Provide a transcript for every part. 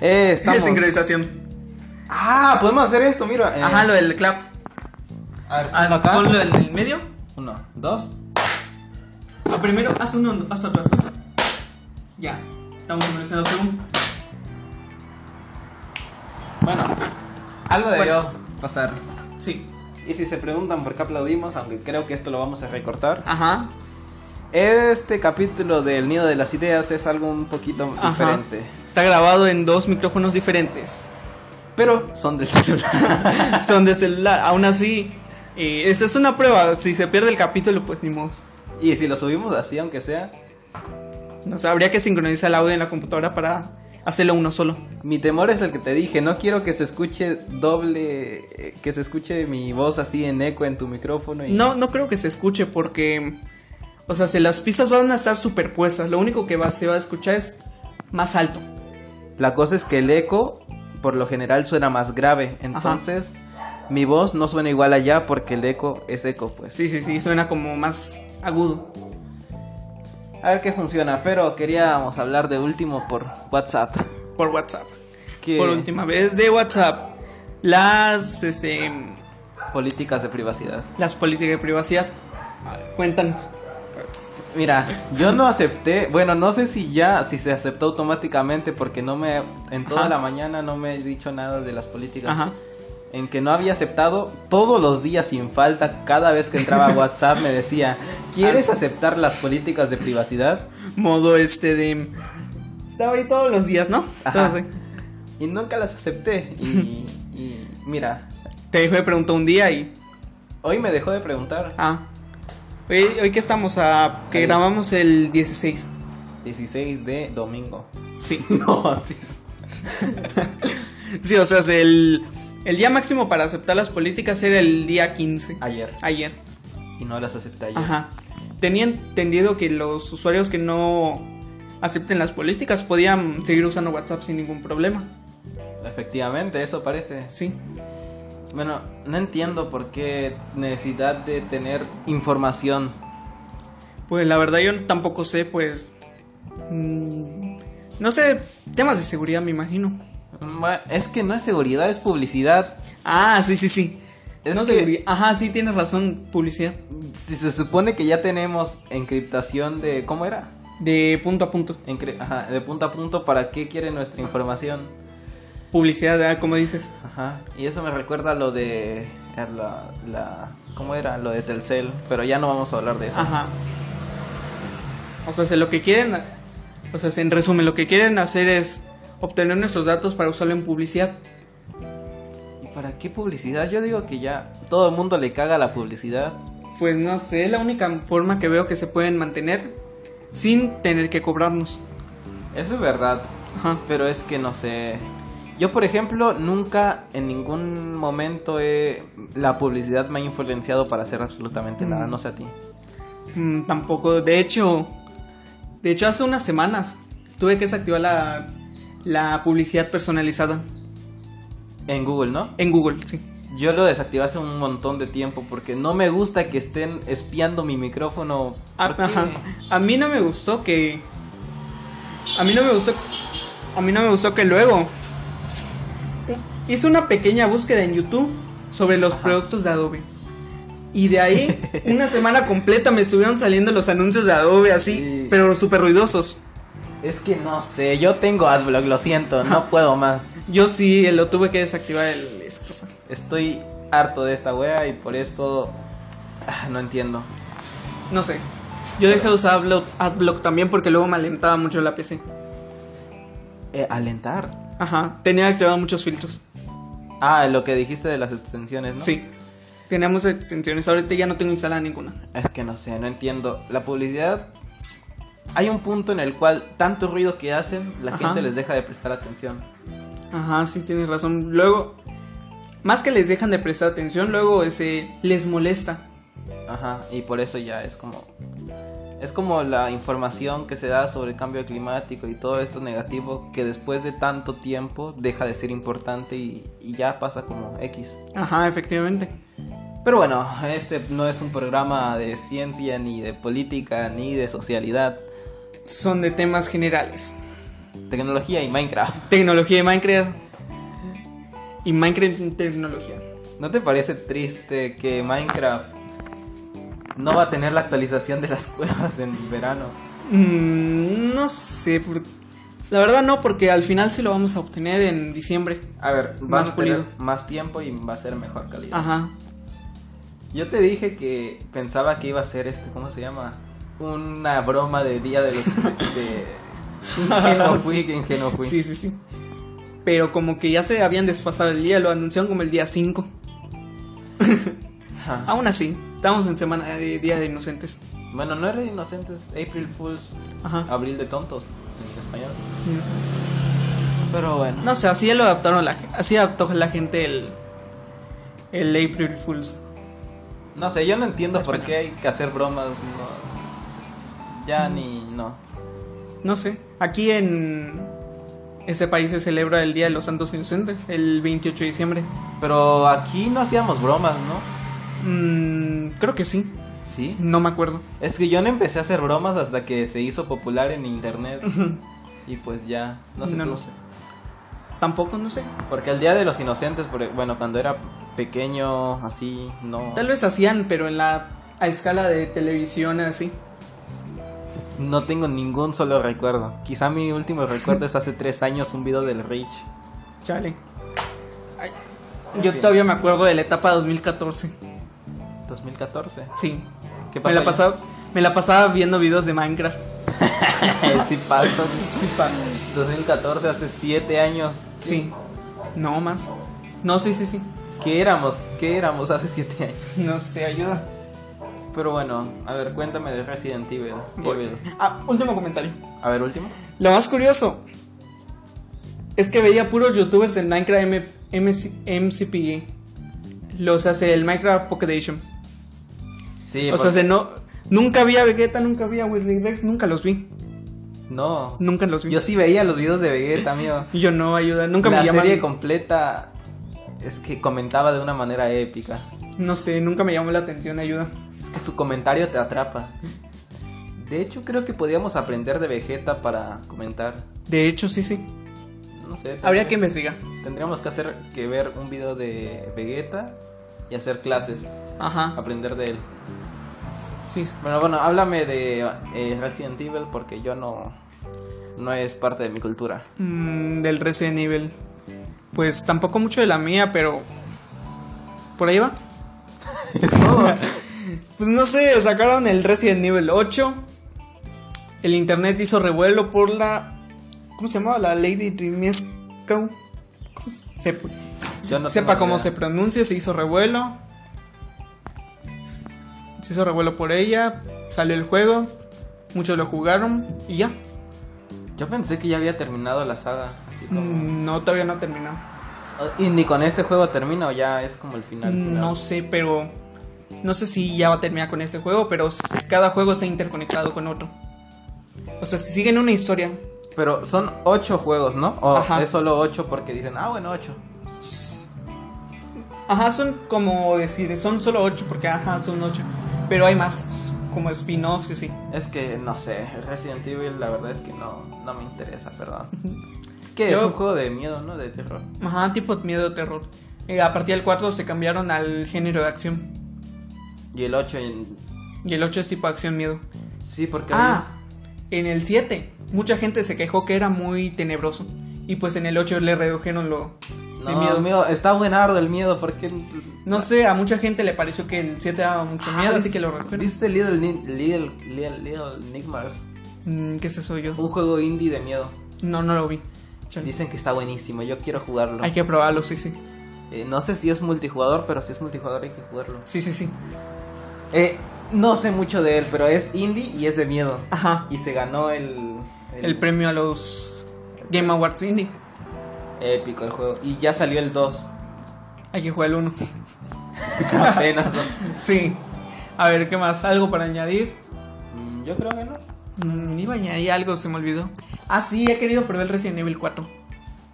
Eh, estamos... Es sincronización. Ah, podemos hacer esto, mira. eh, Ajá, lo del clap. a ver, Haz- uno acá. Ah, Ponlo en el medio. Uno, dos. Ah, primero, haz uno, haz otro, haz otro. Ya. Estamos sincronizados según. Bueno, algo debió Bueno. pasar. Sí. Y si se preguntan por qué aplaudimos, aunque creo que esto lo vamos a recortar. Ajá. Este capítulo del Nido de las Ideas es algo un poquito Ajá. diferente. Está grabado en dos micrófonos diferentes. Pero son del celular. Son de celular. Aún así, eh, esta es una prueba. Si se pierde el capítulo, pues ni modo. y si lo subimos así, aunque sea, No sé, habría que sincronizar el audio en la computadora para hacerlo uno solo. Mi temor es el que te dije, no quiero que se escuche doble, eh, que se escuche mi voz así en eco en tu micrófono y... No, no creo que se escuche porque. O sea, si las pistas van a estar superpuestas, lo único que va, se va a escuchar es más alto. La cosa es que el eco por lo general suena más grave, entonces mi voz no suena igual allá porque el eco es eco, pues. Sí, sí, sí, suena como más agudo. A ver qué funciona, pero queríamos hablar de último por WhatsApp. Por WhatsApp. ¿Qué? Por última vez de WhatsApp. Las. Este, Políticas de privacidad. las políticas de privacidad. A ver, Cuéntanos. Mira, yo no acepté, bueno, no sé si ya, si se aceptó automáticamente porque no me, en toda Ajá. la mañana no me he dicho nada de las políticas. Ajá. en que no había aceptado todos los días sin falta, cada vez que entraba a WhatsApp me decía, ¿quieres aceptar las políticas de privacidad? Modo este de. Estaba ahí todos los días, ¿no? Ajá. Estabas ahí. Y nunca las acepté. Y, y mira, Te dejó de preguntar un día y. hoy me dejó de preguntar. Ah. Hoy, hoy que estamos a. que Ahí. grabamos el 16. 16 de domingo. Sí. No, así. Sí, o sea, es el, el día máximo para aceptar las políticas era el día 15. Ayer. Ayer. Y no las acepté ayer. Ajá. Tenía entendido que los usuarios que no acepten las políticas podían seguir usando WhatsApp sin ningún problema. Efectivamente, eso parece. Sí. Bueno, no entiendo por qué necesidad de tener información. Pues la verdad yo tampoco sé, pues... mm, no sé, temas de seguridad me imagino. Ma- Es que no es seguridad, es publicidad. Ah, sí, sí, sí. Es no que- seguridad. Ajá, sí, tienes razón, publicidad. Si se supone que ya tenemos encriptación de. ¿Cómo era? De punto a punto. Encri- ajá, de punto a punto, ¿para qué quiere nuestra información? Publicidad, ah, como dices. Ajá. Y eso me recuerda a lo de. a la, la- ¿Cómo era? Lo de Telcel. Pero ya no vamos a hablar de eso. Ajá. O sea, se lo que quieren. O sea, se- en resumen, lo que quieren hacer es obtener nuestros datos para usarlo en publicidad. ¿Y para qué publicidad? Yo digo que ya todo el mundo le caga la publicidad. Pues no sé, es la única forma que veo que se pueden mantener sin tener que cobrarnos. Eso es verdad. Ajá. Pero es que no sé. Yo, por ejemplo, nunca en ningún momento he- la publicidad me ha influenciado para hacer absolutamente nada. Mm. No sé a ti. Mm, tampoco, de hecho, de hecho hace unas semanas tuve que desactivar la, la publicidad personalizada En Google, ¿no? en Google, sí. Yo lo desactivé hace un montón de tiempo porque no me gusta que estén espiando mi micrófono. A, ¿Por qué? Ah, ajá. a mí no me gustó que. A mí no me gustó. A mí no me gustó que luego. Hice una pequeña búsqueda en YouTube sobre los productos de Adobe. Y de ahí, una semana completa me estuvieron saliendo los anuncios de Adobe así, Sí. pero súper ruidosos. Es que no sé, yo tengo AdBlock, lo siento, no puedo más. Yo sí eh, lo tuve que desactivar el, esa cosa. Estoy harto de esta wea y por esto ah, no entiendo. No sé. Yo dejé de usar Adblock, Adblock también porque luego me alentaba mucho la PC. Eh, alentar. Ajá. Tenía activado muchos filtros. Ah, lo que dijiste de las extensiones, ¿no? Sí. Teníamos extensiones. Ahorita ya no tengo instalada ninguna. Es que no sé, no entiendo. La publicidad hay un punto en el cual tanto ruido que hacen, la Ajá. gente les deja de prestar atención. Ajá, sí, tienes razón. Luego, más que les dejan de prestar atención, luego ese, les molesta. Ajá, y por eso ya es como. Es como la información que se da sobre el cambio climático y todo esto negativo que después de tanto tiempo deja de ser importante y, y ya pasa como X. Ajá, efectivamente. Pero bueno, este no es un programa de ciencia, ni de política, ni de socialidad. Son de temas generales. Tecnología y Minecraft. Tecnología de Minecraft. Y Minecraft en tecnología. ¿No te parece triste que Minecraft no va a tener la actualización de las cuevas en verano? Mm, no sé. por- La verdad no, porque al final sí lo vamos a obtener en diciembre. A ver, Más vas a tener pulido. Ah, más tiempo y va a ser mejor calidad. Ajá. Yo te dije que pensaba que iba a ser este, ¿cómo se llama? Una broma de Día de los... de... Ingenuo fui, que ingenuo fui. Sí, sí, sí. Pero como que ya se habían desfasado el día, lo anunciaron como el día 5. Ajá. Aún así, estamos en semana de Día de Inocentes. Bueno, no era inocentes, April Fools, Ajá. abril de tontos en español. Pero bueno. No sé, así lo adaptaron la, ge- así adaptó la gente el el April Fools. No sé, yo no entiendo por Español. Mm. qué hay que hacer bromas. No. Ya ni no. No sé, aquí en este país se celebra el Día de los Santos Inocentes el 28 de diciembre. Pero aquí no hacíamos bromas, ¿no? Mm, creo que sí, Sí. no me acuerdo. Es que yo no empecé a hacer bromas hasta que se hizo popular en internet. y pues ya, no sé No, tú. no sé. Tampoco no sé. Porque el Día de los Inocentes, por- e, bueno, cuando era pequeño, así, no. Tal vez hacían, pero en la a escala de televisión así. No tengo ningún solo recuerdo. Quizá mi último recuerdo es hace tres años un video del Rich. Chale. Ay, Yo Ok. todavía me acuerdo de la etapa 2014. 2014. Sí. ¿Qué Me pasó? la ya? pasaba me la pasaba viendo videos de Minecraft. Eh, sí, pasó. Sí, pa. 2014, hace 7 años. Sí. No más. No, sí, sí, sí. ¿Qué éramos? ¿Qué éramos hace 7 años? No sé, ayuda. Pero bueno, a ver, cuéntame de Resident Evil. Voy. Evil. Ah, último comentario. A ver, último. Lo más curioso es que veía puros youtubers del Minecraft M MCPG. Los hace el Minecraft Pocket Edition. Sí, O sea, porque- se no, nunca vi a Vegeta, nunca vi a Willy Rex, nunca los vi. no. Nunca los vi. Yo sí veía los videos de Vegeta, amigo. Yo no, ayuda, nunca La me llaman. serie completa es que comentaba de una manera épica. No sé, nunca me llamó la atención, ayuda. Es que su comentario te atrapa. De hecho, creo que podíamos aprender de Vegeta para comentar. De hecho, sí, sí. No sé. Habría tendría- que investigar. Tendríamos que hacer que ver un video de Vegeta y hacer clases, Ajá. aprender de él. Sí, sí. Bueno, bueno, háblame de eh, Resident Evil porque yo no no es parte de mi cultura. Mm, del Resident Evil. Pues tampoco mucho de la mía, pero. Por ahí va. pues no sé, sacaron el Resident Evil 8. El internet hizo revuelo por la. ¿Cómo se llamaba? La Lady Rimescu. ¿Cómo se- se- Yo no sepa tengo cómo idea. se pronuncia, se hizo revuelo. Se hizo revuelo por ella. Salió el juego. Muchos lo jugaron. Y ya. Yo pensé que ya había terminado la saga, así como Mm, No, todavía no ha terminado. y ni con este juego termina o ya es como el final. final? No sé, pero no sé si ya va a terminar con este juego, pero s- cada juego está interconectado con otro. O sea, si siguen una historia, Pero son ocho juegos, ¿no? O Ajá. es solo ocho porque dicen, ah, bueno, ocho. ajá, son como decir, son solo ocho porque ajá, son ocho, pero hay más como spin-offs y así. Es que no sé, Resident Evil la verdad es que no, no me interesa, perdón. ¿Qué? Es Yo- un juego de miedo, ¿no? De terror. Ajá, tipo miedo de terror. Eh, a partir del 4 se cambiaron al género de acción Y el 8 y el 8 es tipo acción miedo. Sí, porque Ah, en el 7 mucha gente se quejó que era muy tenebroso y pues en el 8 le redujeron lo ahí- de no, miedo. está buenardo el miedo, porque No sé, a mucha gente le pareció que el 7 daba mucho miedo, así que lo refiero. ¿Viste Little, Ni- Little, Little, Little Nightmares? Mm, ¿Qué es eso yo? Un juego indie de miedo. No, no lo vi. Chale. Dicen que está buenísimo, yo quiero jugarlo. Hay que probarlo, sí, sí. Eh, no sé si es multijugador, pero si es multijugador hay que jugarlo. Sí, sí, sí. Eh, no sé mucho de él, pero es indie y es de miedo. Ajá. Y se ganó el... El premio a los Game Awards Indie. Épico el juego. Y ya salió el 2. Hay que jugar el 1. Apenas. ¿no? Sí. A ver, ¿qué más? ¿Algo para añadir? Mm, Yo creo que no. Mm, iba a añadir algo, se me olvidó. Ah, sí, he querido probar el Resident Evil 4.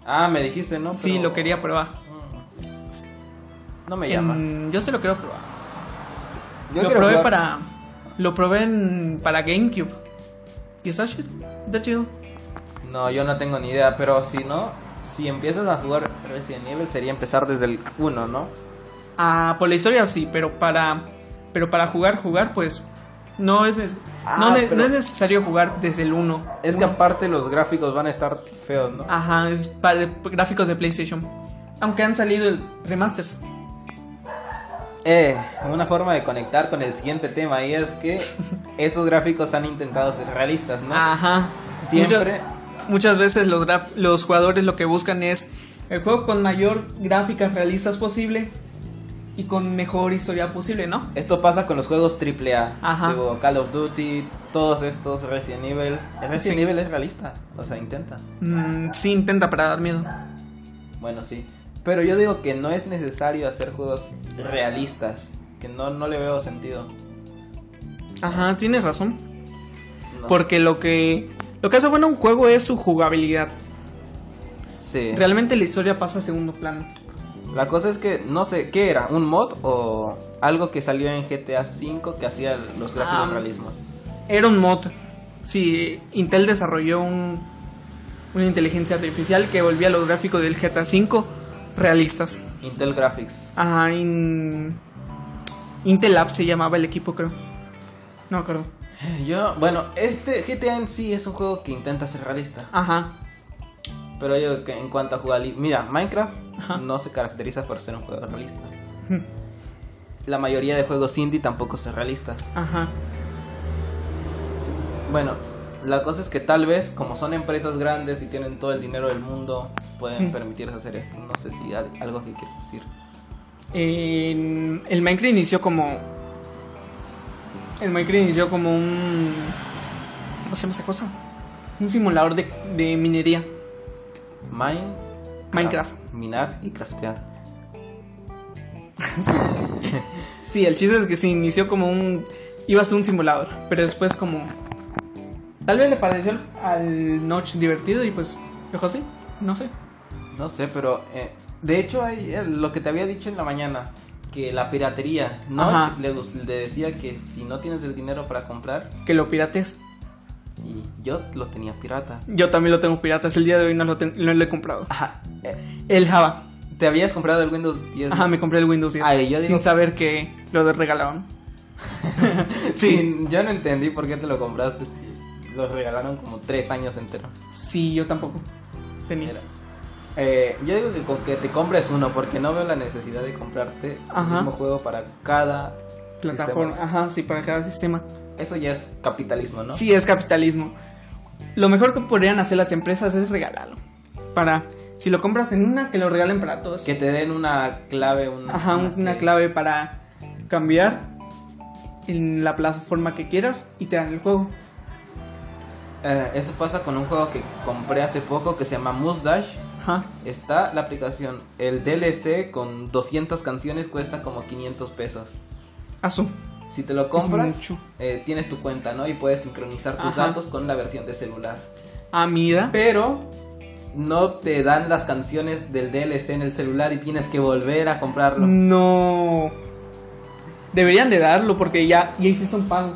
Ah, me dijiste, ¿no? Sí, Pero- lo quería probar. Mm. No me llama. Mm, yo se lo quiero probar. Yo lo quiero probé jugar- para. Lo probé en- para GameCube. Y está chido. Está chido. No, yo no tengo ni idea, pero si no, si empiezas a jugar Resident Evil sería empezar desde el 1, ¿no? Ah, por la historia sí, pero para pero para jugar jugar pues no es nece- Ah, no, ne- pero- no es necesario jugar desde el 1. Es que aparte los gráficos van a estar feos, ¿no? Ajá, es para gráficos de PlayStation. Aunque han salido el- remasters. Eh, una forma de conectar con el siguiente tema y es que esos gráficos han intentado ser realistas, ¿no? Ajá. Siempre. Muchas, muchas veces los, graf- los jugadores lo que buscan es el juego con mayor gráficas realistas posible y con mejor historia posible, ¿no? Esto pasa con los juegos AAA. Ajá. Digo, Call of Duty, todos estos, Resident Evil. Resident Sí. Evil es realista, o sea, intenta. Mm, sí, intenta para dar miedo. Bueno, sí. Pero yo digo que no es necesario hacer juegos realistas, que no, no le veo sentido. Ajá, tienes razón. No. Porque lo que lo que hace bueno un juego es su jugabilidad. Sí. Realmente la historia pasa a segundo plano. La cosa es que no sé, ¿qué era? ¿Un mod o algo que salió en GTA V que hacía los gráficos Ah. realismo? Era un mod. Sí, Intel desarrolló un, una inteligencia artificial que volvía los gráficos del GTA V realistas. Intel Graphics. Ajá, in- Intel Lab se llamaba el equipo, creo. No me acuerdo. Yo, bueno, este GTA en sí es un juego que intenta ser realista. Ajá, Pero yo que en cuanto a jugabilidad, mira, Minecraft Ajá. no se caracteriza por ser un juego realista. Hmm. La mayoría de juegos indie tampoco son realistas. ajá. Bueno, la cosa es que tal vez como son empresas grandes y tienen todo el dinero del mundo, pueden Hmm. permitirse hacer esto. No sé si hay algo que quieras decir. En- el Minecraft inició como. El Minecraft inició como un. ¿Cómo se llama esa cosa? Un simulador de, de minería. Mine, Minecraft. minar y craftear. Sí, el chiste es que se inició como un. Iba a ser un simulador, pero después como. Tal vez le pareció al Notch divertido y pues dejó así, no sé. No sé, pero eh, de hecho hay, eh, lo que te había dicho en la mañana, que la piratería, ¿no? Ajá. Le, gus- le decía que si no tienes el dinero para comprar, Que lo pirates. y yo lo tenía pirata. Yo también lo tengo pirata, el día de hoy no lo, ten- no lo he comprado. Ajá, eh, El Java. te habías comprado el Windows 10. Ajá, me compré el Windows 10. Ay, Ah, yo digo- Sin saber que lo regalaban. sí. Sí, yo no entendí por qué te lo compraste. si Lo regalaron como tres años entero. Sí, yo tampoco. Tenía. Era- Eh, yo digo que, con que te compres uno, porque no veo la necesidad de comprarte el Ajá. mismo juego para cada Plataforma. sistema. Ajá, sí, para cada sistema. Eso ya es capitalismo, ¿no? Sí, es capitalismo. Lo mejor que podrían hacer las empresas es regalarlo. Para, si lo compras en una, que lo regalen para todos. Que te den una clave, una, Ajá, una clave para cambiar en la plataforma que quieras y te dan el juego. Eh, eso pasa con un juego que compré hace poco que se llama Mustache. Ajá. Está la aplicación. El DLC con 200 canciones cuesta como 500 pesos. Azul. Si te lo compras, mucho. eh, tienes tu cuenta, ¿no? Y puedes sincronizar tus Ajá. datos con la versión de celular. Ah, mira. Pero no te dan las canciones del DLC en el celular y tienes que volver a comprarlo. Mm, No. Deberían de darlo porque ya, ya hiciste un pago.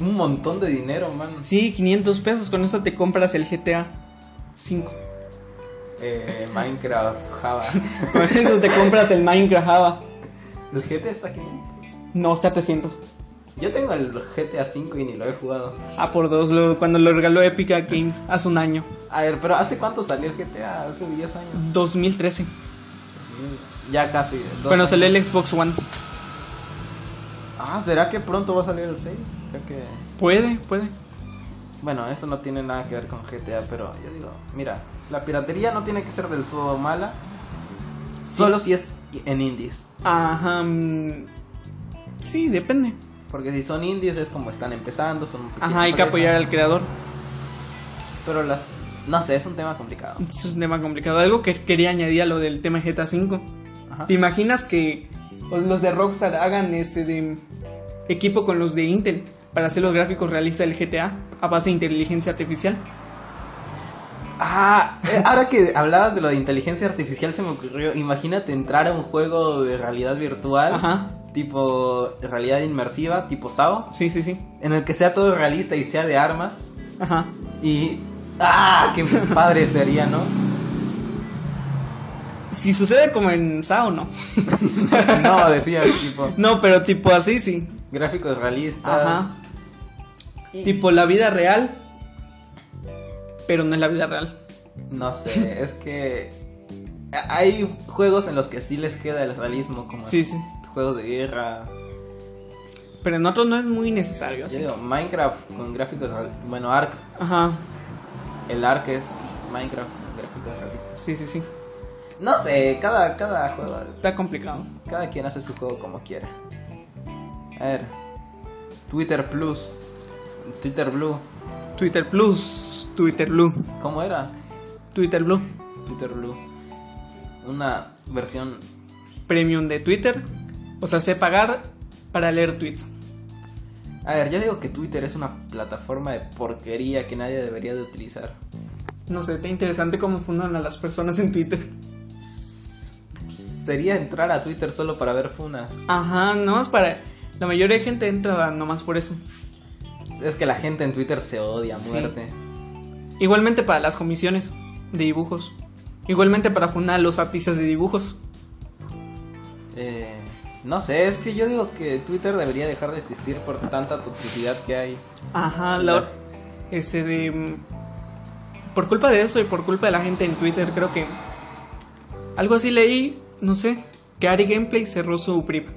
Un montón de dinero, man. Sí, 500 pesos. Con eso te compras el GTA 5. Eh, Minecraft, Java. Con eso te compras el Minecraft Java. El GTA está 500. No, está a 300. Yo tengo el GTA V y ni lo he jugado. Ah, por dos, lo- cuando lo regaló Epica Games hace un año. A ver, pero ¿hace cuánto salió el GTA? Hace 10 años. 2013. Ya casi. dos Cuando años. salió el Xbox One. Ah, ¿será que pronto va a salir el 6? ¿Será que... Puede, puede. Bueno, esto no tiene nada que ver con GTA, pero yo digo, mira, la piratería no tiene que ser del todo mala. Solo si es en indies. Ajá. mm, Sí, depende. Porque si son indies es como están empezando, son... pequeña Ajá, hay que empresa. apoyar al creador. Pero las... No sé, es un tema complicado. Es un tema complicado. Algo que quería añadir a lo del tema GTA V. Ajá. ¿Te imaginas que pues, los de Rockstar hagan este de equipo con los de Intel para hacer los gráficos realistas del GTA a base de inteligencia artificial? Ah, eh, ahora que hablabas de lo de inteligencia artificial se me ocurrió, imagínate entrar a un juego de realidad virtual, Ajá. tipo realidad inmersiva, tipo SAO, Sí, sí, sí. en el que sea todo realista y sea de armas Ajá. y ¡Ah! ¡Qué padre sería, ¿no? Si sucede como en SAO, no. no, decía tipo. No, pero tipo así, sí. Gráficos realistas. Ajá. Tipo la vida real. Pero no es la vida real. No sé, es que. a- Hay juegos en los que sí les queda el realismo, como Sí, sí. juegos de guerra. Pero en otros no es muy necesario. Yo así. digo, Minecraft con gráficos. real- Bueno, Ark. Ajá. El Ark es Minecraft con gráficos realistas. Sí, sí, sí. No sé, cada, cada juego. Está complicado. Cada quien hace su juego como quiera. A ver. Twitter Plus. Twitter Blue. Twitter Plus. Twitter Blue. ¿Cómo era? Twitter Blue. Twitter Blue. Una versión. Premium de Twitter. O sea, sé pagar para leer tweets. A ver, yo digo que Twitter es una plataforma de porquería que nadie debería de utilizar. No sé, está interesante cómo fundan a las personas en Twitter. Sería entrar a Twitter solo para ver funas. Ajá, no, es para... La mayoría de gente entra nomás por eso. Es que la gente en Twitter se odia a Sí. muerte. Igualmente para las comisiones de dibujos. Igualmente para fundar a los artistas de dibujos. Eh, no sé, es que yo digo que Twitter debería dejar de existir por tanta toxicidad que hay. Ajá, Sí, la... claro. Este de... mm, Por culpa de eso y por culpa de la gente en Twitter, creo que... Algo así leí, no sé, que Ari Gameplay cerró su PRIP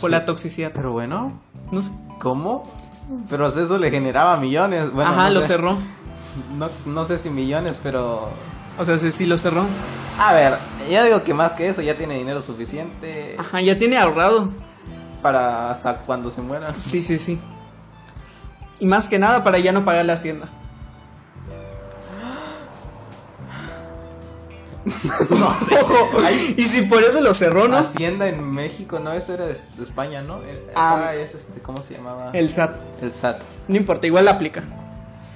por la toxicidad. Pero bueno, No sé. ¿Cómo? Pero eso le generaba millones. Bueno, Ajá, no lo sé, cerró. No, no sé si millones, pero. O sea, sí, sí lo cerró. A ver, yo digo que más que eso ya tiene dinero suficiente Ajá, ya tiene ahorrado. para hasta cuando se muera. Sí, sí, sí. Y más que nada para ya no pagar la hacienda. No sé. Ah. Hay Y si por eso lo cerró, ¿no? Hacienda en México, no, eso era de de España, ¿no? Eh, Ah. ah, es este, ¿cómo se llamaba? El SAT. El SAT. No importa, igual la aplica.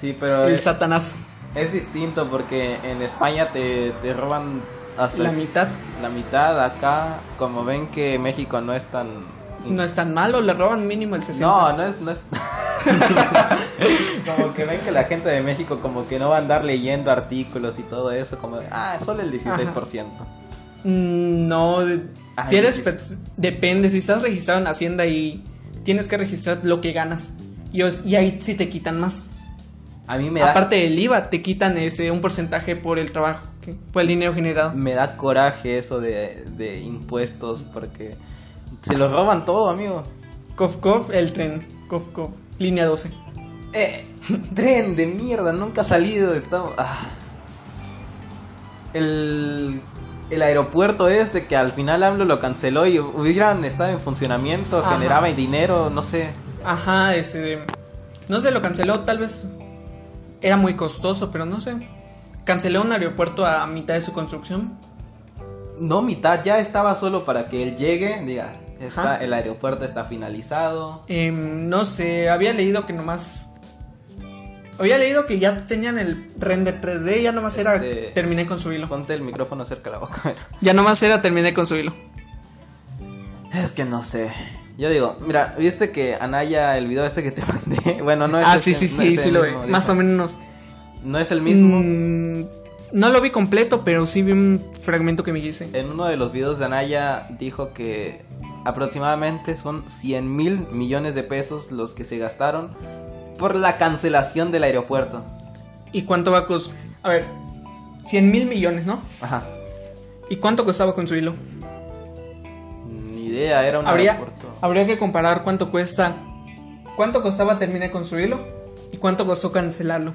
Sí, pero El es, satanazo. es distinto porque en España te, te roban hasta La el- mitad. La mitad acá, como ven que México no es tan No es tan malo, le roban mínimo el 60. No, no es, no es. como que ven que la gente de México como que no va a andar leyendo artículos y todo eso, como de, ah, solo el 16%. Mm, no, de- Ay, si eres. sí. pers- Depende, si estás registrado en Hacienda y tienes que registrar lo que ganas. Y, os- y ahí sí te quitan más. A mí me da Aparte del IVA, te quitan ese un porcentaje por el trabajo, que- por el dinero generado. me da coraje eso de, de impuestos porque se los roban todo, amigo. Cof, cof, el tren. Cof, cof. Línea 12. Eh, tren de mierda, nunca ha salido, estamos ah. El el aeropuerto este que al final AMLO lo canceló y hubieran estado en funcionamiento, Ajá. generaba dinero, no sé. Ajá, ese. No sé, lo canceló, tal vez. Era muy costoso, pero no sé. Canceló un aeropuerto a mitad de su construcción. No, mitad, ya estaba solo para que él llegue, diga, está, Ajá. el aeropuerto está finalizado. Em, no sé, había leído que nomás. Había leído que ya tenían el render 3D, ya nomás era. Este- Terminé con subirlo. Ponte el micrófono cerca de la boca. mira. Ya nomás era, terminé con subirlo. Es que no sé. Yo digo, mira, viste que Anaya, el video este que te mandé, bueno, no es ah, ese, sí, sí, no es sí, el sí lo vi. mismo, Más dijo. o menos. No es el mismo. Mm, no lo vi completo, pero sí vi un fragmento que me hice. En uno de los videos de Anaya dijo que aproximadamente son 100 mil millones de pesos los que se gastaron por la cancelación del aeropuerto. ¿Y cuánto va a costar? A ver, 100 mil millones, ¿no? Ajá. ¿Y cuánto costaba construirlo? Ni idea, era un Habría, aeropuerto. habría que comparar cuánto cuesta. ¿Cuánto costaba terminar de construirlo? ¿Y cuánto costó cancelarlo?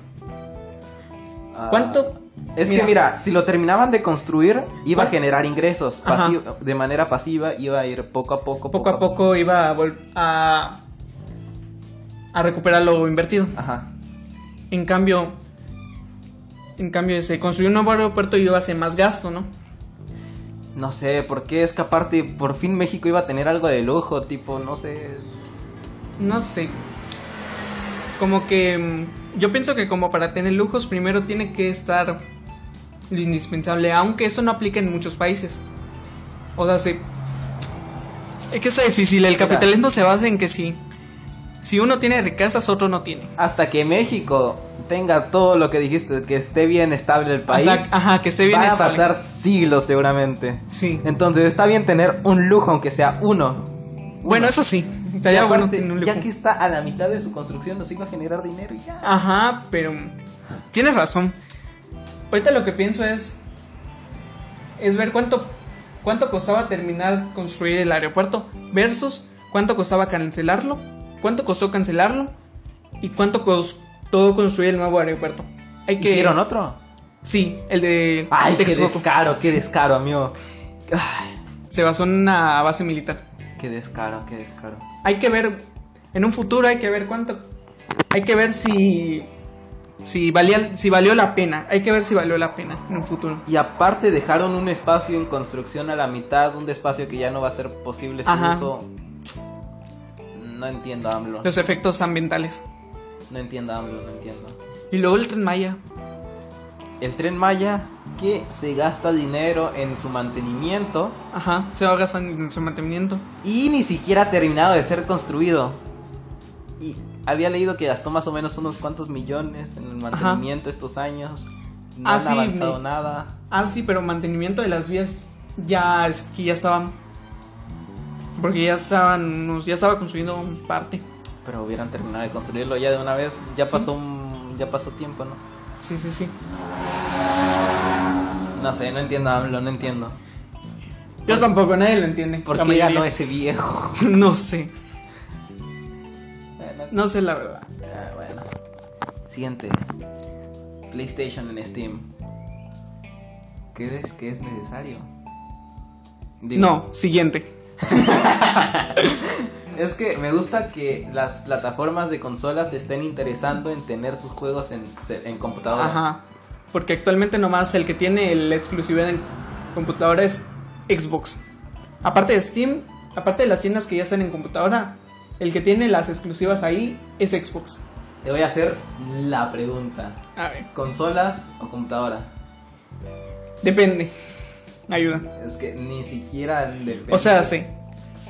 Ah, ¿Cuánto? Es Mira. que mira, si lo terminaban de construir, iba a ¿Cuánto? generar ingresos Ajá. pasi- de manera pasiva, iba a ir poco a poco, Poco a poco iba a, vol- a, a recuperar lo invertido. Ajá. En cambio, en cambio, se construyó un nuevo aeropuerto y iba a hacer más gasto, ¿no? No sé, ¿por qué es que aparte por fin México iba a tener algo de lujo? Tipo, no sé. No sé. Como que mm, yo pienso que como para tener lujos primero tiene que estar lo indispensable, aunque eso no aplica en muchos países. O sea, sí. Es que está difícil, el Mira. capitalismo se basa en que si Si uno tiene riquezas, otro no tiene. Hasta que México tenga todo lo que dijiste, que esté bien estable el país. O sea, ajá, que Ah, esté bien van a estable. pasar siglos seguramente. Sí. Entonces está bien tener un lujo, aunque sea uno. Bueno, eso sí. Estaría Y bueno aparte, tener un ya lujo. que está a la mitad de su construcción, nos iba a generar dinero y ya. Ajá, pero tienes razón. Ahorita lo que pienso es es ver cuánto cuánto costaba terminar construir el aeropuerto versus cuánto costaba cancelarlo, cuánto costó cancelarlo y cuánto costó construir el nuevo aeropuerto. Hay que ¿Hicieron otro? Sí, el de Ay, qué Texcoco. descaro, qué descaro, amigo. Ay, se basó en una base militar. qué descaro, qué descaro. Hay que ver en un futuro hay que ver cuánto hay que ver si si valía si valió la pena. Hay que ver si valió la pena en un futuro. Y aparte dejaron un espacio en construcción a la mitad, un espacio que ya no va a ser posible su Ajá. uso. No entiendo, AMLO. los efectos ambientales. No entiendo, AMLO, no entiendo. Y luego el tren Maya. El tren Maya que se gasta dinero en su mantenimiento Ajá, se va gastando en su mantenimiento. y ni siquiera ha terminado de ser construido. Y había leído que gastó más o menos unos cuantos millones en el mantenimiento estos años. No Ah, han sí, avanzado me- nada. Ah, sí, pero mantenimiento de las vías ya es que ya estaban. Porque ya estaban unos, ya estaba construyendo un parte. Pero hubieran terminado de construirlo ya de una vez. Ya pasó un- ya pasó tiempo, ¿no? Sí, sí, sí. No sé, no entiendo a AMLO, no entiendo. Yo tampoco, nadie lo entiende. ¿Por la qué mayoría. ganó ese viejo? no sé. Bueno, No sé la verdad. eh, bueno. Siguiente. PlayStation en Steam. ¿Crees que es necesario? Digo, No, siguiente. Es que me gusta que las plataformas de consolas se estén interesando en tener sus juegos en, se- en computadora. Ajá. Porque actualmente nomás el que tiene la exclusividad en computadora es Xbox. Aparte de Steam, aparte de las tiendas que ya están en computadora, el que tiene las exclusivas ahí es Xbox. Te voy a hacer la pregunta. A ver, ¿Consolas o computadora? depende. Ayuda. Es que ni siquiera depende. O sea, sí.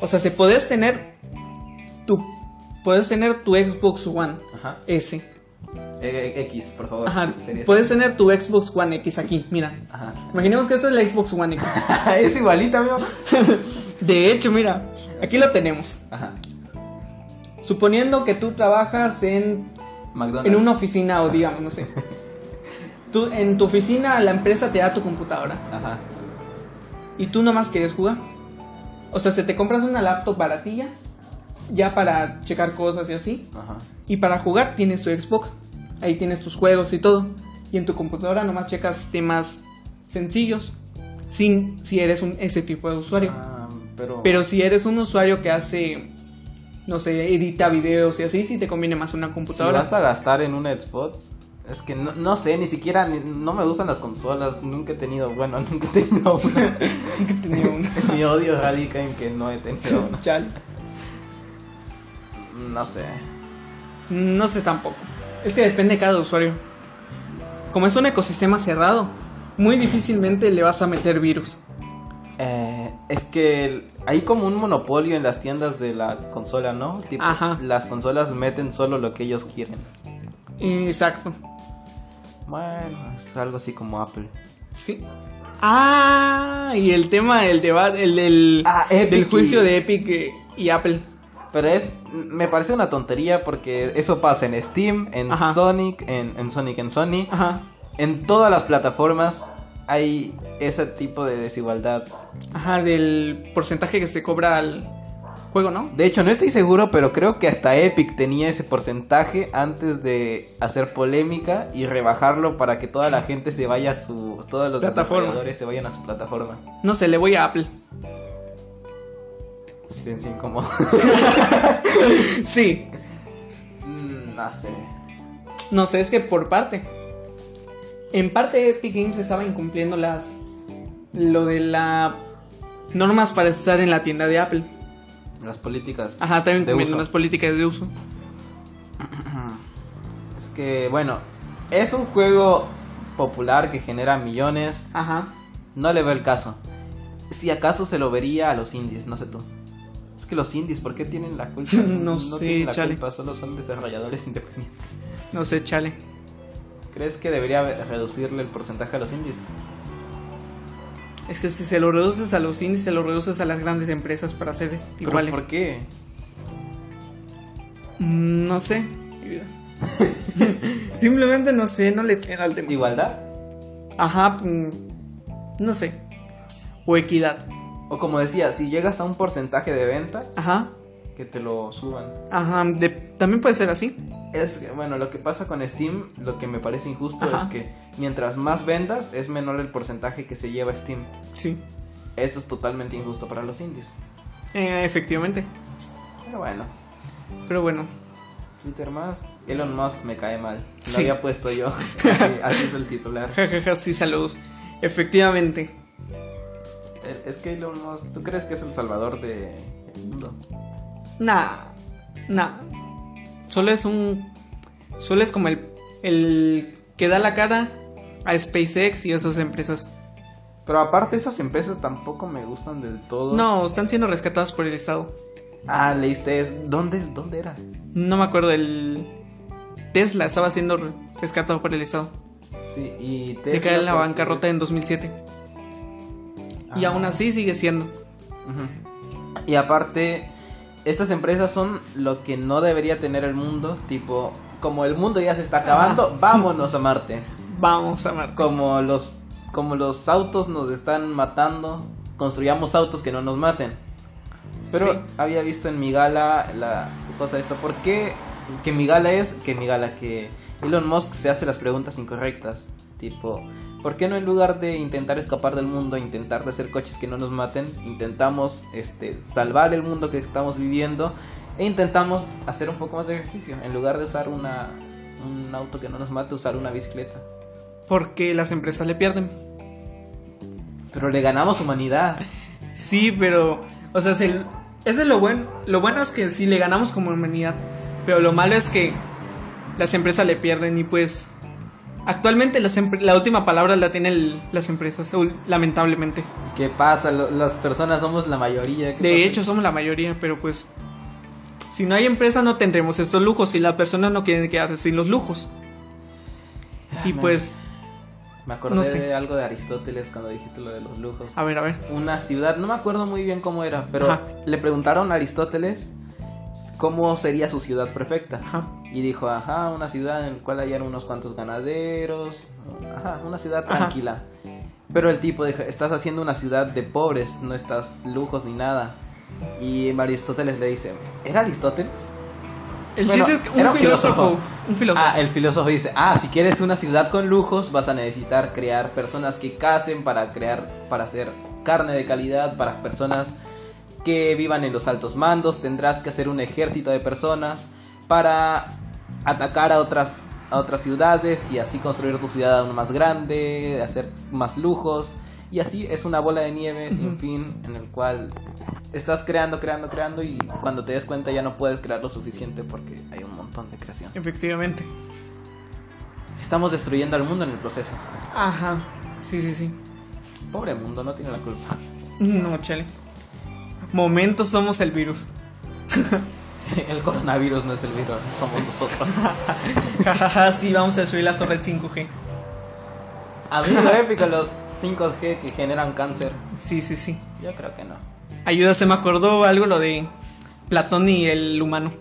O sea, si puedes tener tu puedes tener tu Xbox One Ajá. S. Eh, X, por favor. Ajá. Series. Puedes tener tu Xbox One X aquí, mira. Ajá. Imaginemos que esto es la Xbox One X. es igualita, amigo. De hecho, mira, aquí lo tenemos. Ajá. Suponiendo que tú trabajas en, McDonald's. en una oficina o digamos, no sé. Tú, en tu oficina la empresa te da tu computadora Ajá. y tú nomás quieres jugar. O sea, se te compras una laptop baratilla ya para checar cosas y así. Ajá. Y para jugar tienes tu Xbox, ahí tienes tus juegos y todo. Y en tu computadora nomás checas temas sencillos sin si eres un, ese tipo de usuario. Ah, pero. Pero si eres un usuario que hace, no sé, edita videos y así, sí te conviene más una si computadora. vas a gastar en un Xbox. Es que no, no sé, ni siquiera. ni- no me gustan las consolas. Nunca he tenido. Bueno, nunca he tenido una. que tenía una. Mi odio radica en que no he tenido una. Chale. No sé. No sé tampoco. Es que depende de cada usuario. Como es un ecosistema cerrado, muy difícilmente le vas a meter virus. Eh, es que el- hay como un monopolio en las tiendas de la consola, ¿no? Tipo, Ajá. Las consolas meten solo lo que ellos quieren. Exacto. Bueno, es algo así como Apple. Sí. Ah, y el tema del debate, el del, Ah, Epic del juicio y- de Epic eh, y Apple. Pero es, me parece una tontería porque eso pasa en Steam, en Ajá. Sonic, en, en Sonic, en Sony. Ajá, En todas las plataformas hay ese tipo de desigualdad. ajá, del porcentaje que se cobra al juego, ¿no? De hecho, no estoy seguro, pero creo que hasta Epic tenía ese porcentaje antes de hacer polémica y rebajarlo para que toda la gente se vaya a su... Todos los Plataforma. desarrolladores se vayan a su plataforma. No sé, le voy a Apple. Silencio incómodo. Sí, Mm, no sé. No sé, es que por parte. En parte Epic Games estaba incumpliendo las. lo de la. normas para estar en la tienda de Apple. Las políticas. Ajá, también de incumpliendo uso. las políticas de uso. Es que, bueno, es un juego popular que genera millones. Ajá. No le veo el caso. Si acaso se lo vería a los indies, no sé tú. Es que los indies, ¿por qué tienen la culpa? No sé, tienen la chale. culpa, solo son desarrolladores independientes. No sé, chale. ¿Crees que debería haber- reducirle el porcentaje a los indies? Es que si se lo reduces a los indies, se lo reduces a las grandes empresas para ser ¿Pero iguales. ¿Por qué? Mm, No sé. Simplemente no sé, no le entiendo al tema. ¿Igualdad? Ajá, mm, no sé. O equidad. O como decía, si llegas a un porcentaje de ventas, Ajá, que te lo suban. ajá. de- también puede ser así. Es que, bueno, lo que pasa con Steam, lo que me parece injusto Ajá. es que mientras más vendas, es menor el porcentaje que se lleva Steam. Sí, Eso es totalmente injusto para los indies. eh, efectivamente. Pero bueno, Pero bueno, Twitter más, Elon Musk me cae mal. Lo Sí. había puesto yo. Así, así es el titular. jajaja, sí, saludos. Efectivamente. Eh, Es que Elon Musk, ¿tú crees que es el salvador de- del mundo? Nah, nah. Solo es un. Solo es como el, el que da la cara a SpaceX y a esas empresas. Pero aparte, esas empresas tampoco me gustan del todo. No, están siendo rescatadas por el Estado. Ah, leíste. Es, ¿dónde, ¿Dónde era? No me acuerdo, el. Tesla estaba siendo re- rescatado por el Estado. Sí, y te. De caer en la bancarrota en 2007. Ah. Y aún así sigue siendo. Ujú. Y aparte, estas empresas son lo que no debería tener el mundo, tipo, como el mundo ya se está acabando, Ah. vámonos a Marte. Vamos a Marte. Como los como los autos nos están matando, construyamos autos que no nos maten. Pero Sí. había visto en mi gala la cosa esta, ¿por qué que mi gala es que mi gala que Elon Musk se hace las preguntas incorrectas, tipo ¿Por qué no en lugar de intentar escapar del mundo, intentar de hacer coches que no nos maten, intentamos este, salvar el mundo que estamos viviendo e intentamos hacer un poco más de ejercicio? En lugar de usar una, un auto que no nos mate, usar una bicicleta. Porque las empresas le pierden. Pero le ganamos humanidad. Sí, pero. O sea, se- ese es lo bueno. Lo bueno es que sí le ganamos como humanidad. Pero lo malo es que las empresas le pierden y pues. Actualmente las empre- la última palabra la tienen el- las empresas, ul- lamentablemente. ¿Qué pasa? Lo- las personas somos la mayoría. ¿qué De pasa? hecho, somos la mayoría, pero pues. Si no hay empresa, no tendremos estos lujos. Y las personas no quieren quedarse sin los lujos. Y Ah, pues. me acordé no sé. de algo de Aristóteles cuando dijiste lo de los lujos. A ver, a ver. Una ciudad, no me acuerdo muy bien cómo era, pero Ajá. le preguntaron a Aristóteles cómo sería su ciudad perfecta. Ajá. Y dijo, ajá, una ciudad en la cual hayan unos cuantos ganaderos, ajá, una ciudad Ajá. tranquila. Pero el tipo dijo, estás haciendo una ciudad de pobres, no estás lujos ni nada. Y Aristóteles le dice, ¿era Aristóteles? El Bueno, chiste es que un, era un filósofo, filósofo. Un filósofo. Ah, el filósofo dice, ah, si quieres una ciudad con lujos, vas a necesitar crear personas que casen para crear, para hacer carne de calidad, para personas que vivan en los altos mandos, tendrás que hacer un ejército de personas para atacar a otras, a otras ciudades y así construir tu ciudad aún más grande, hacer más lujos. Y así es una bola de nieve sin fin en el cual estás creando, creando, creando y cuando te des cuenta ya no puedes crear lo suficiente porque hay un montón de creación. Efectivamente. Estamos destruyendo al mundo en el proceso. Ajá. Sí, sí, sí. Pobre mundo, no tiene la culpa. No, chale. Momentos somos el virus. El coronavirus no es el virus, somos nosotros. Jajaja, sí, vamos a subir las torres 5G. Amigo épico, los 5G que generan cáncer. Sí, sí, sí. Yo creo que no. Ayuda, se me acordó algo lo de Platón y el humano.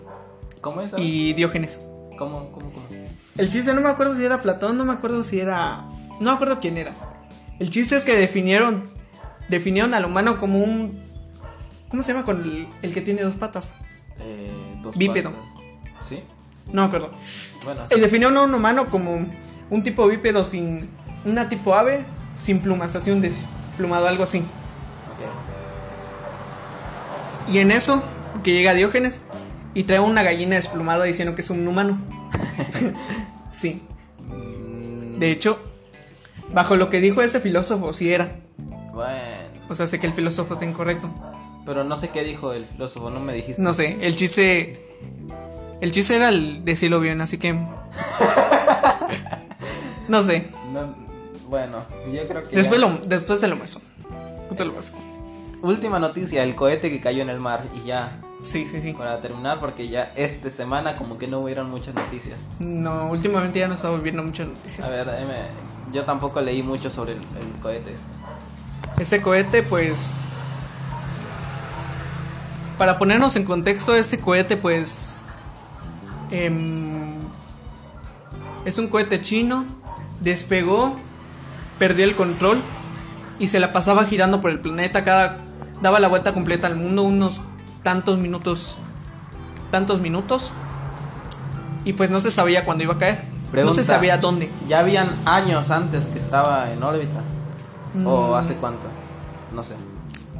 ¿Cómo es? Y... Y Diógenes. ¿Cómo, cómo, cómo? El chiste no me acuerdo si era Platón, no me acuerdo si era. No me acuerdo quién era. El chiste es que definieron. Definieron al humano como un. ¿Cómo se llama? Con el, el que tiene dos patas. Eh, dos Bípedo. patas. ¿Sí? No me acuerdo. Bueno, Eh, sí. Definieron a un humano como un tipo bípedo sin. Una tipo ave sin plumas, así un desplumado, algo así. Ok. Y en eso, que llega Diógenes y trae una gallina desplumada diciendo que es un humano. sí. Mm, De hecho, bajo lo que dijo ese filósofo, sí era. Bueno, O sea, sé que el filósofo está incorrecto. pero no sé qué dijo el filósofo, no me dijiste. No sé, el chiste. El chiste era el decirlo bien, así que. No sé. No, bueno, yo creo que. Después, ya- lo, después se lo muestro. Después te lo muestro. última noticia, el cohete que cayó en el mar y ya. Sí, sí, sí. Para terminar, porque ya esta semana como que no hubieron muchas noticias. No, últimamente ya no está volviendo muchas A noticias. ver, dime, yo tampoco leí mucho sobre el, el cohete este. Ese cohete, pues. Para ponernos en contexto, ese cohete, pues. em, es un cohete chino. Despegó, perdió el control y se la pasaba girando por el planeta. Cada. Daba la vuelta completa al mundo, unos tantos minutos. Tantos minutos. Y pues no se sabía cuándo iba a caer. No Pregunta. se sabía dónde. Ya habían años antes que estaba en órbita. Mm. ¿O hace cuánto? No sé.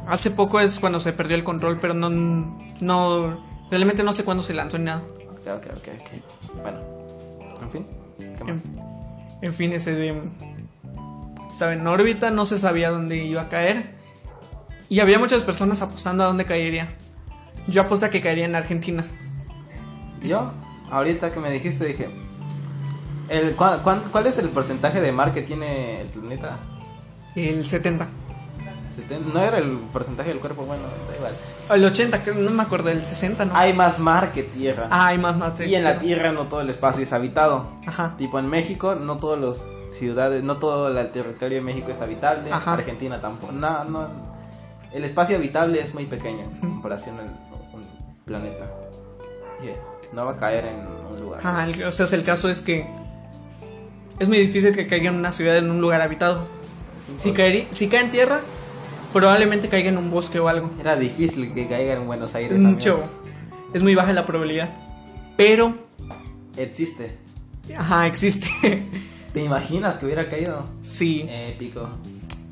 Hace poco es cuando se perdió el control, pero no, no, realmente no sé cuándo se lanzó ni nada. Ok, ok, ok, ok. Bueno. En fin. ¿Qué En, más? en fin, ese de, estaba en órbita, no se sabía dónde iba a caer y había muchas personas apostando a dónde caería. Yo aposto a que caería en Argentina. Yo, ahorita que me dijiste, dije... El, ¿cuál, cuál, cuál es el porcentaje de mar que tiene el planeta? El 70. Seten- No era el porcentaje del cuerpo, bueno, da igual. El 80, creo, no me acuerdo, el 60, ¿no? Hay más mar que tierra. Ah, hay más, más. y en la tierra no todo el espacio es habitado. Ajá. Tipo en México, no todas las ciudades, no todo el territorio de México es habitable. Ajá. Argentina tampoco. No, no. El espacio habitable es muy pequeño en comparación al un planeta. Yeah, No va a caer en un lugar. Ajá, el- o sea, el caso es que es muy difícil que caiga en una ciudad, en un lugar habitado. Es imposible. Si, caerí- si cae en tierra, probablemente caiga en un bosque o algo. Era difícil que caiga en Buenos Aires. amigo. Mucho. Es muy baja la probabilidad. Pero, Existe. ajá, existe. ¿Te imaginas que hubiera caído? sí. Épico.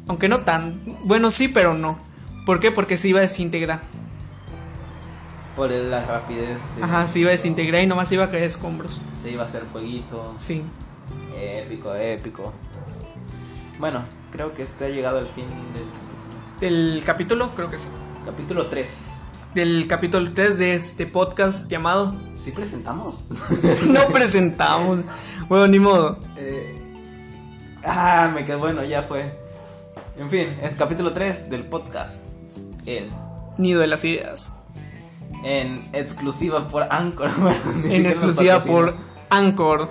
Aunque no tan. Bueno, sí, pero no. ¿Por qué? Porque se iba a desintegrar. Por el- la rapidez. de- Ajá, se iba a desintegrar y nomás iba a caer escombros. Se iba a hacer fueguito. Sí. Épico, épico. Bueno, creo que este ha llegado al fin del Del capítulo, creo que sí. capítulo 3. Del capítulo 3 de este podcast llamado ¿Sí presentamos? No presentamos. Bueno, ni modo. Eh, ah, me quedó bueno, ya fue. En fin, es capítulo 3 del podcast. En, Nido de las ideas. en exclusiva por Anchor. bueno, ni en siquiera nos exclusiva por patrocina. Anchor.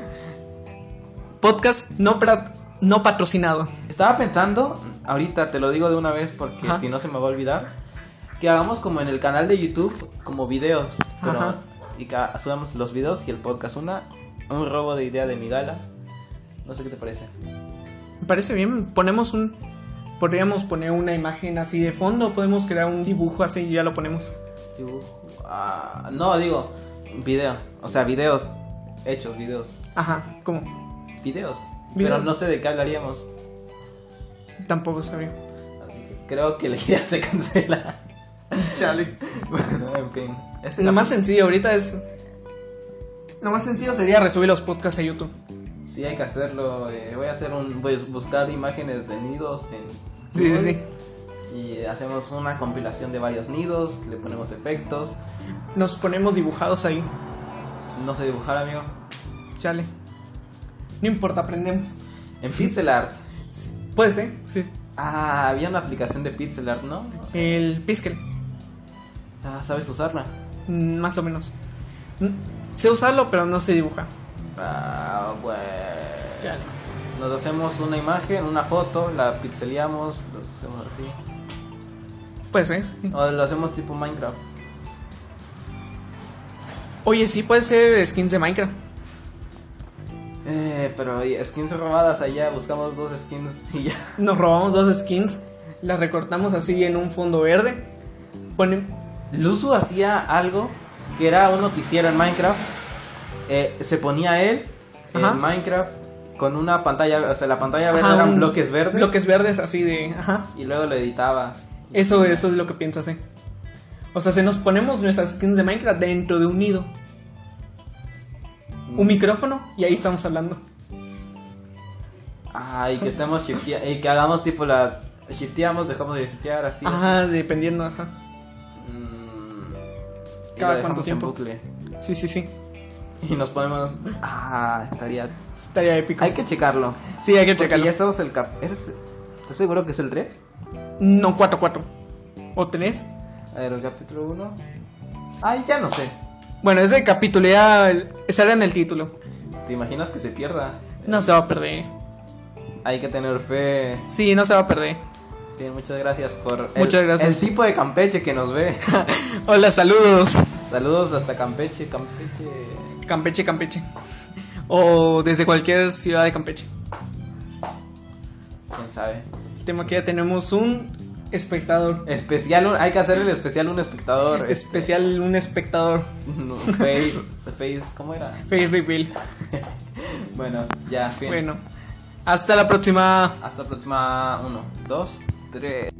Podcast no, pra- no patrocinado. Estaba pensando, ahorita te lo digo de una vez porque Ajá. si no se me va a olvidar, que hagamos como en el canal de YouTube, como videos. pero- Ajá. y que subamos los videos y el podcast. Una, un robo de idea de mi gala. No sé qué te parece. Me parece bien. Ponemos un. Podríamos poner una imagen así de fondo. Podemos crear un dibujo así y ya lo ponemos. Dibujo. Ah, no, digo, video. O sea, videos. Hechos, videos. Ajá, ¿cómo? Videos. Pero Videos. no sé de qué hablaríamos. Tampoco sabía. Así que creo que la idea se cancela. Chale. bueno, en fin. Este Lo capítulo- más sencillo ahorita es. Lo más sencillo sería resubir los podcasts a YouTube. Sí, hay que hacerlo. eh, voy a hacer un. Voy a buscar imágenes de nidos en. Sí, sí, Google sí. Y hacemos una compilación de varios nidos. Le ponemos efectos. Nos ponemos dibujados ahí. No sé dibujar, amigo. Chale. No importa, aprendemos. En pixel art. Puede ser, sí. Ah, había una aplicación de pixel art, ¿no? El Piskel. Ah, ¿sabes usarla? Mm, Más o menos. Mm, Sé usarlo, pero no sé dibujar. Ah, pues. Chale. Nos hacemos una imagen, una foto, la pixeleamos, lo hacemos así. Pues es. O lo hacemos tipo Minecraft. Oye, sí, puede ser skins de Minecraft. Eh, pero y skins robadas allá, buscamos dos skins y ya. Nos robamos dos skins, las recortamos así en un fondo verde. Ponen. Luzu hacía algo que era un noticiero en Minecraft. Eh, se ponía él Ajá. en Minecraft con una pantalla, o sea, la pantalla verde ajá, eran un- bloques verdes. Bloques verdes así de. Ajá. Y luego lo editaba. Eso, eso es lo que pienso hacer. O sea, se nos ponemos nuestras skins de Minecraft dentro de un nido. Un micrófono y ahí estamos hablando. Ah, y que estemos shiftea- y que hagamos tipo la. Shifteamos, dejamos de shiftear, así. Ajá, dependiendo, ajá. Mm, y ¿Cada lo cuánto dejamos en tiempo? bucle. Sí, sí, sí. Y nos ponemos. Ah, estaría. Estaría épico. Hay que checarlo. Sí, hay que Porque checarlo. ya estamos el cap. ¿eres- ¿Estás seguro que es el 3? No, 4-4. o tres. A ver, el capítulo 1. Ay, ya no sé. Bueno, ese capítulo ya sale en el título. ¿Te imaginas que se pierda? No se va a perder. Hay que tener fe. Sí, no se va a perder. Bien, muchas gracias por Muchas el, gracias. el tipo de Campeche que nos ve. Hola, saludos. Saludos hasta Campeche, Campeche. Campeche, Campeche. O desde cualquier ciudad de Campeche. ¿Quién sabe? El tema que ya tenemos un espectador. Especial, un- hay que hacer el especial un espectador. Especial, un espectador. No, face, face, ¿cómo era? Face reveal. Bueno, ya, fin. Bueno, hasta la próxima. Hasta la próxima 1, 2, 3.